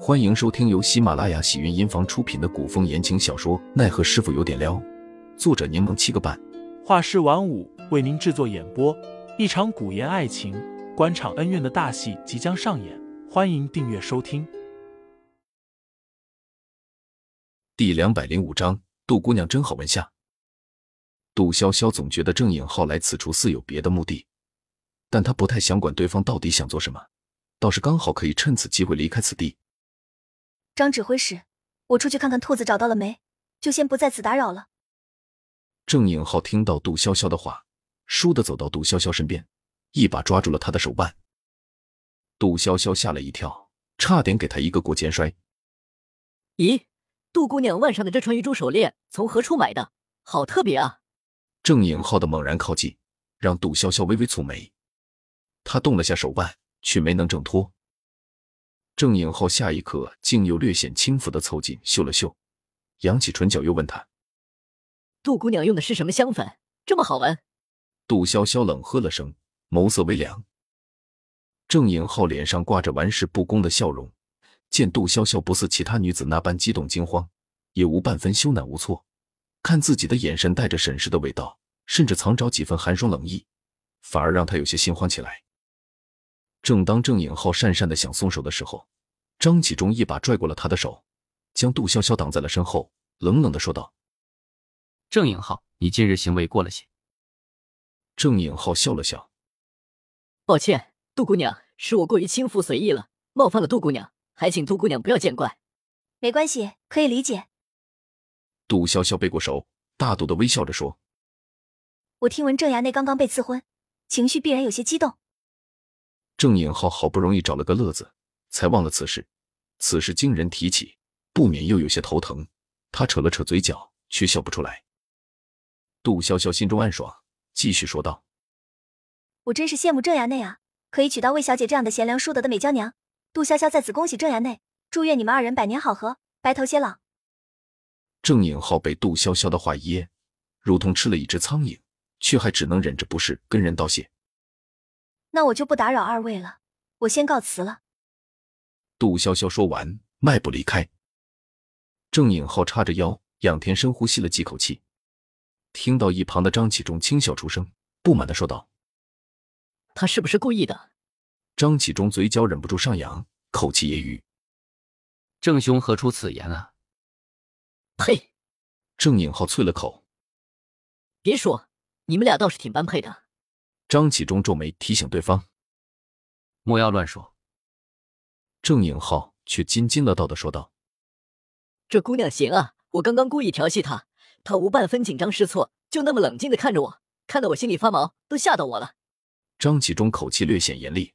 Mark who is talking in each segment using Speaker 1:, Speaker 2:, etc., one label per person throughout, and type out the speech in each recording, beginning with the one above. Speaker 1: 欢迎收听由喜马拉雅喜云音房出品的古风言情小说《奈何师傅有点撩》，作者柠檬七个半，
Speaker 2: 画师晚舞为您制作演播。一场古言爱情、官场恩怨的大戏即将上演，欢迎订阅收听。
Speaker 1: 第两百零五章，杜姑娘真好闻下。杜潇潇总觉得郑颖浩来此处似有别的目的，但她不太想管对方到底想做什么，倒是刚好可以趁此机会离开此地。
Speaker 3: 张指挥使，我出去看看兔子找到了没，就先不在此打扰了。
Speaker 1: 郑颖浩听到杜潇潇的话，倏地走到杜潇潇身边，一把抓住了她的手腕。杜潇潇吓了一跳，差点给她一个过肩摔。
Speaker 4: 咦，杜姑娘腕上的这串玉珠手链从何处买的？好特别啊！
Speaker 1: 郑颖浩的猛然靠近，让杜潇潇微微蹙眉。她动了下手腕，却没能挣脱。郑颖浩下一刻竟又略显轻浮的凑近嗅了嗅，扬起唇角又问她。
Speaker 4: 杜姑娘用的是什么香粉？这么好闻？
Speaker 1: 杜潇潇冷喝了声，眸色微凉。郑颖浩脸上挂着玩世不恭的笑容，见杜潇潇不似其他女子那般激动惊慌，也无半分羞赧无措，看自己的眼神带着审视的味道，甚至藏着几分寒霜冷意，反而让他有些心慌起来。正当郑颖浩讪讪的想松手的时候，张启忠一把拽过了他的手，将杜潇潇挡在了身后，冷冷的说道。
Speaker 5: 郑颖浩，你近日行为过了些。
Speaker 1: 郑颖浩笑了笑，
Speaker 4: 抱歉，杜姑娘，是我过于轻浮随意了，冒犯了杜姑娘，还请杜姑娘不要见怪。
Speaker 3: 没关系，可以理解。
Speaker 1: 杜潇潇背过手，大度的微笑着说。
Speaker 3: 我听闻郑衙内刚刚被赐婚，情绪必然有些激动。
Speaker 1: 郑颖浩好不容易找了个乐子，才忘了此事。此事经人提起，不免又有些头疼。他扯了扯嘴角，却笑不出来。杜潇潇心中暗爽，继续说道
Speaker 3: 我真是羡慕郑衙内啊，可以娶到魏小姐这样的贤良淑德的美娇娘。杜潇潇在此恭喜郑衙内，祝愿你们二人百年好合，白头偕老。：“
Speaker 1: 郑颖浩被杜潇潇的话一噎，如同吃了一只苍蝇，却还只能忍着不适跟人道谢。
Speaker 3: 那我就不打扰二位了，我先告辞了。”
Speaker 1: 杜潇潇说完，迈步离开。郑颖浩叉着腰，仰天深呼吸了几口气，听到一旁的张启忠轻笑出声，不满的说道。
Speaker 4: 她是不是故意的？
Speaker 1: 张启忠嘴角忍不住上扬，口气揶揄。
Speaker 5: 郑兄何出此言啊？
Speaker 4: 呸！
Speaker 1: 郑颖浩啐了口，
Speaker 4: 别说，你们俩倒是挺般配的。
Speaker 1: 张启忠皱眉提醒对方，
Speaker 5: 莫要乱说。
Speaker 1: 郑颖浩却津津乐道的说道。
Speaker 4: 这姑娘行啊，我刚刚故意调戏她，她无半分紧张失措，就那么冷静的看着我，看得我心里发毛，都吓到我了。
Speaker 1: 张启忠口气略显严厉。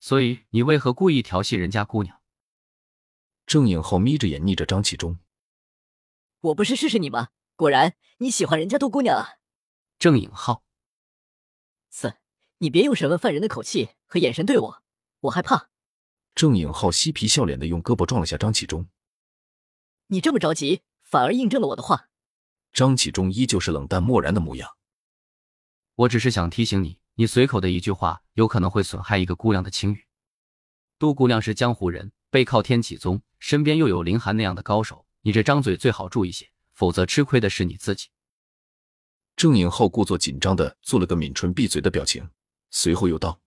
Speaker 5: 所以你为何故意调戏人家姑娘？
Speaker 1: 郑颖浩眯着眼睨着张启忠，
Speaker 4: 我不是试试你吗？果然你喜欢人家杜姑娘啊！
Speaker 5: 郑颖浩，
Speaker 4: 四，你别用审问犯人的口气和眼神对我，我害怕。
Speaker 1: 郑颖浩嬉皮笑脸的用胳膊撞了下张启忠。
Speaker 4: 你这么着急，反而印证了我的话。
Speaker 1: 张启忠依旧是冷淡漠然的模样。
Speaker 5: 我只是想提醒你，你随口的一句话有可能会损害一个姑娘的清誉。杜姑娘是江湖人，背靠天启宗，身边又有林寒那样的高手，你这张嘴最好注意些，否则吃亏的是你自己。
Speaker 1: 郑颖浩故作紧张的做了个抿唇闭嘴的表情，随后又道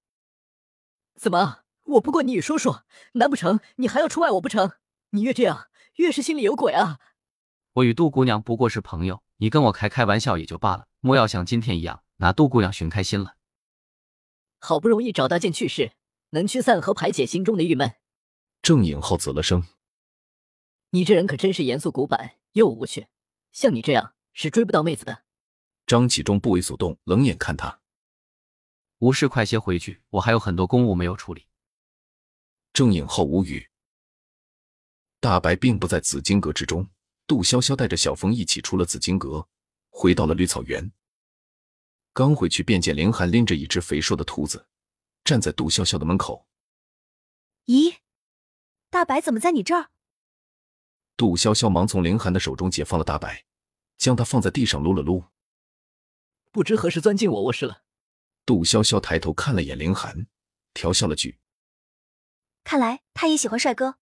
Speaker 4: 怎么，我不过你与叔叔，难不成你还要出卖我不成？你越这样，越是心里有鬼啊！
Speaker 5: 我与杜姑娘不过是朋友，你跟我开开玩笑也就罢了，莫要像今天一样拿杜姑娘寻开心了。
Speaker 4: 好不容易找到件趣事，能驱散和排解心中的郁闷。：“
Speaker 1: 郑颖浩啧了声。
Speaker 4: 你这人可真是严肃古板又无趣，像你这样是追不到妹子的。”
Speaker 1: 张启忠不为所动，冷眼看他。
Speaker 5: 无事快些回去，我还有很多公务没有处理。
Speaker 1: 郑颖浩无语。大白并不在紫金阁之中，杜潇潇带着小峰一起出了紫金阁，回到了绿草原。刚回去便见凌寒拎着一只肥硕的兔子，站在杜潇潇的门口。
Speaker 3: 咦，大白怎么在你这儿？
Speaker 1: 杜潇潇忙从凌寒的手中解放了大白，将它放在地上撸了撸。
Speaker 4: 不知何时钻进我卧室了。
Speaker 1: 杜潇潇抬头看了眼凌寒，调笑了句
Speaker 3: 看来他也喜欢帅哥。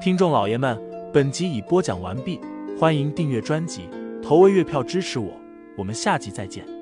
Speaker 2: 听众老爷们，本集已播讲完毕，欢迎订阅专辑，投喂月票支持我，我们下集再见。